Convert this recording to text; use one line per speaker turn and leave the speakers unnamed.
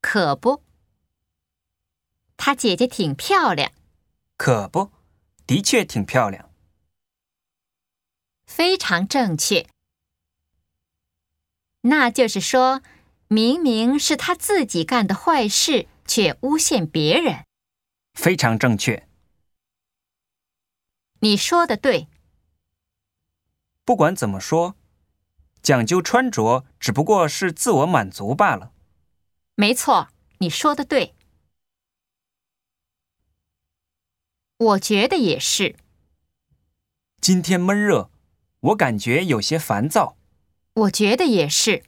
可不，她姐姐挺漂亮，
可不，的确挺漂亮。
非常正确。那就是说，明明是她自己干的坏事，却诬陷别人。
非常正确。
你说的对，
不管怎么说，讲究穿着只不过是自我满足罢了。
没错，你说的对。我觉得也是。
今天闷热，我感觉有些烦躁。
我觉得也是。